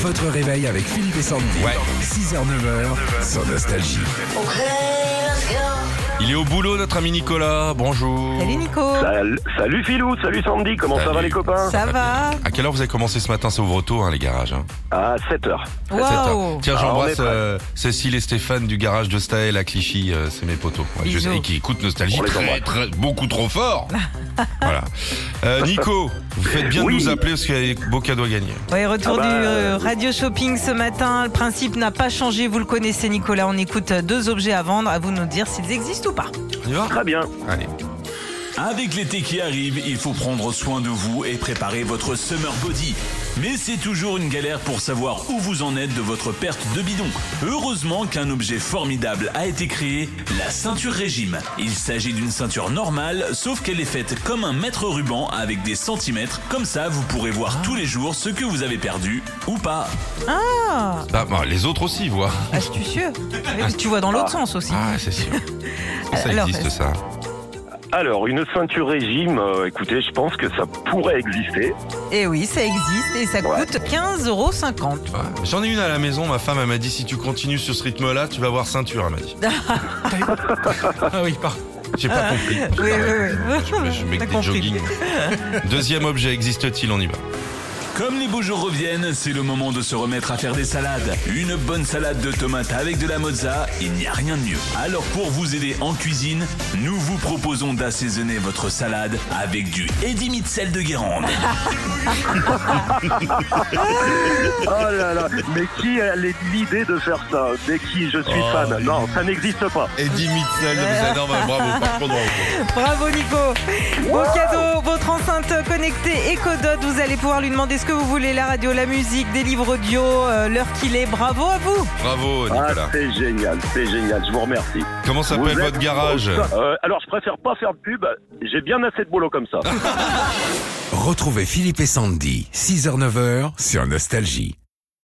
Votre réveil avec Philippe et Sandy. Ouais. 6h, 9h, sans nostalgie. Il est au boulot, notre ami Nicolas. Bonjour. Salut Nico Sal- Salut Philou, salut Sandy, comment ça Salut. va les copains Ça va À quelle heure vous avez commencé ce matin Ça ouvre tôt, hein, les garages. hein. À 7h. À sept heures. Wow Bah, Tiens, Ah, on est j'embrasse prêts. euh, Cécile et Stéphane du garage de Staël à Clichy. euh, c'est mes potos. Ouais, je Bisous. sais qu'ils écoutent Nostalgie On les très, embrasse. très- beaucoup trop fort. voilà. Euh, Nico, vous faites bien Oui. de nous appeler parce qu'il y a des beaux cadeaux à gagner. Ouais, retour Ah bah, du euh, euh, radio shopping ce matin. Le principe n'a pas changé, vous le connaissez Nicolas. On écoute euh, deux objets à vendre, à vous de nous dire s'ils existent ou pas. On y va Très bien. Allez. Avec l'été qui arrive, il faut prendre soin de vous et préparer votre summer body. Mais c'est toujours une galère pour savoir où vous en êtes de votre perte de bidon. Heureusement qu'un objet formidable a été créé, la ceinture régime. Il s'agit d'une ceinture normale, sauf qu'elle est faite comme un mètre ruban avec des centimètres. Comme ça, vous pourrez voir tous les jours ce que vous avez perdu ou pas. Ah, bah, les autres aussi, voient. Astucieux Oui, mais Tu vois dans l'autre sens aussi. Ah, c'est sûr. Est-ce que ça Euh, Alors, existe, ça Alors, une ceinture régime, euh, écoutez, je pense que ça pourrait exister. Et Eh oui, ça existe et ça Ouais. coûte 15,50 euros. Ouais. J'en ai une à la maison. Ma femme, elle m'a dit si tu continues sur ce rythme-là, tu vas avoir ceinture, elle m'a dit. ah oui, pardon. J'ai pas compris. Ah, Oui, oui, oui. Je, je mets T'as que des compris. joggings. Deuxième objet, existe-t-il On y va. Comme les beaux jours reviennent, c'est le moment de se remettre à faire des salades. Une bonne salade de tomates avec de la mozza, il n'y a rien de mieux. Alors pour vous aider en cuisine, nous vous proposons d'assaisonner votre salade avec du Edimit sel de Guérande. Oh là là, mais qui a les- l'idée de faire ça Mais qui Je suis Oh, fan. oui. Non, ça n'existe pas. Eddie Mitzel, vous êtes normal, bravo, par contre, bravo. Bravo Nico Beau cadeau, votre enceinte connectée EcoDot, vous allez pouvoir lui demander ce que vous voulez, la radio, la musique, des livres audio, euh, l'heure qu'il est. Bravo à vous Bravo, Ah, Nicolas. c'est génial, c'est génial, je vous remercie. Comment Vous s'appelle êtes votre garage au top. Euh, Alors, je préfère pas faire de pub, j'ai bien assez de boulot comme ça. Retrouvez Philippe et Sandy, 6h, 9h, sur Nostalgie.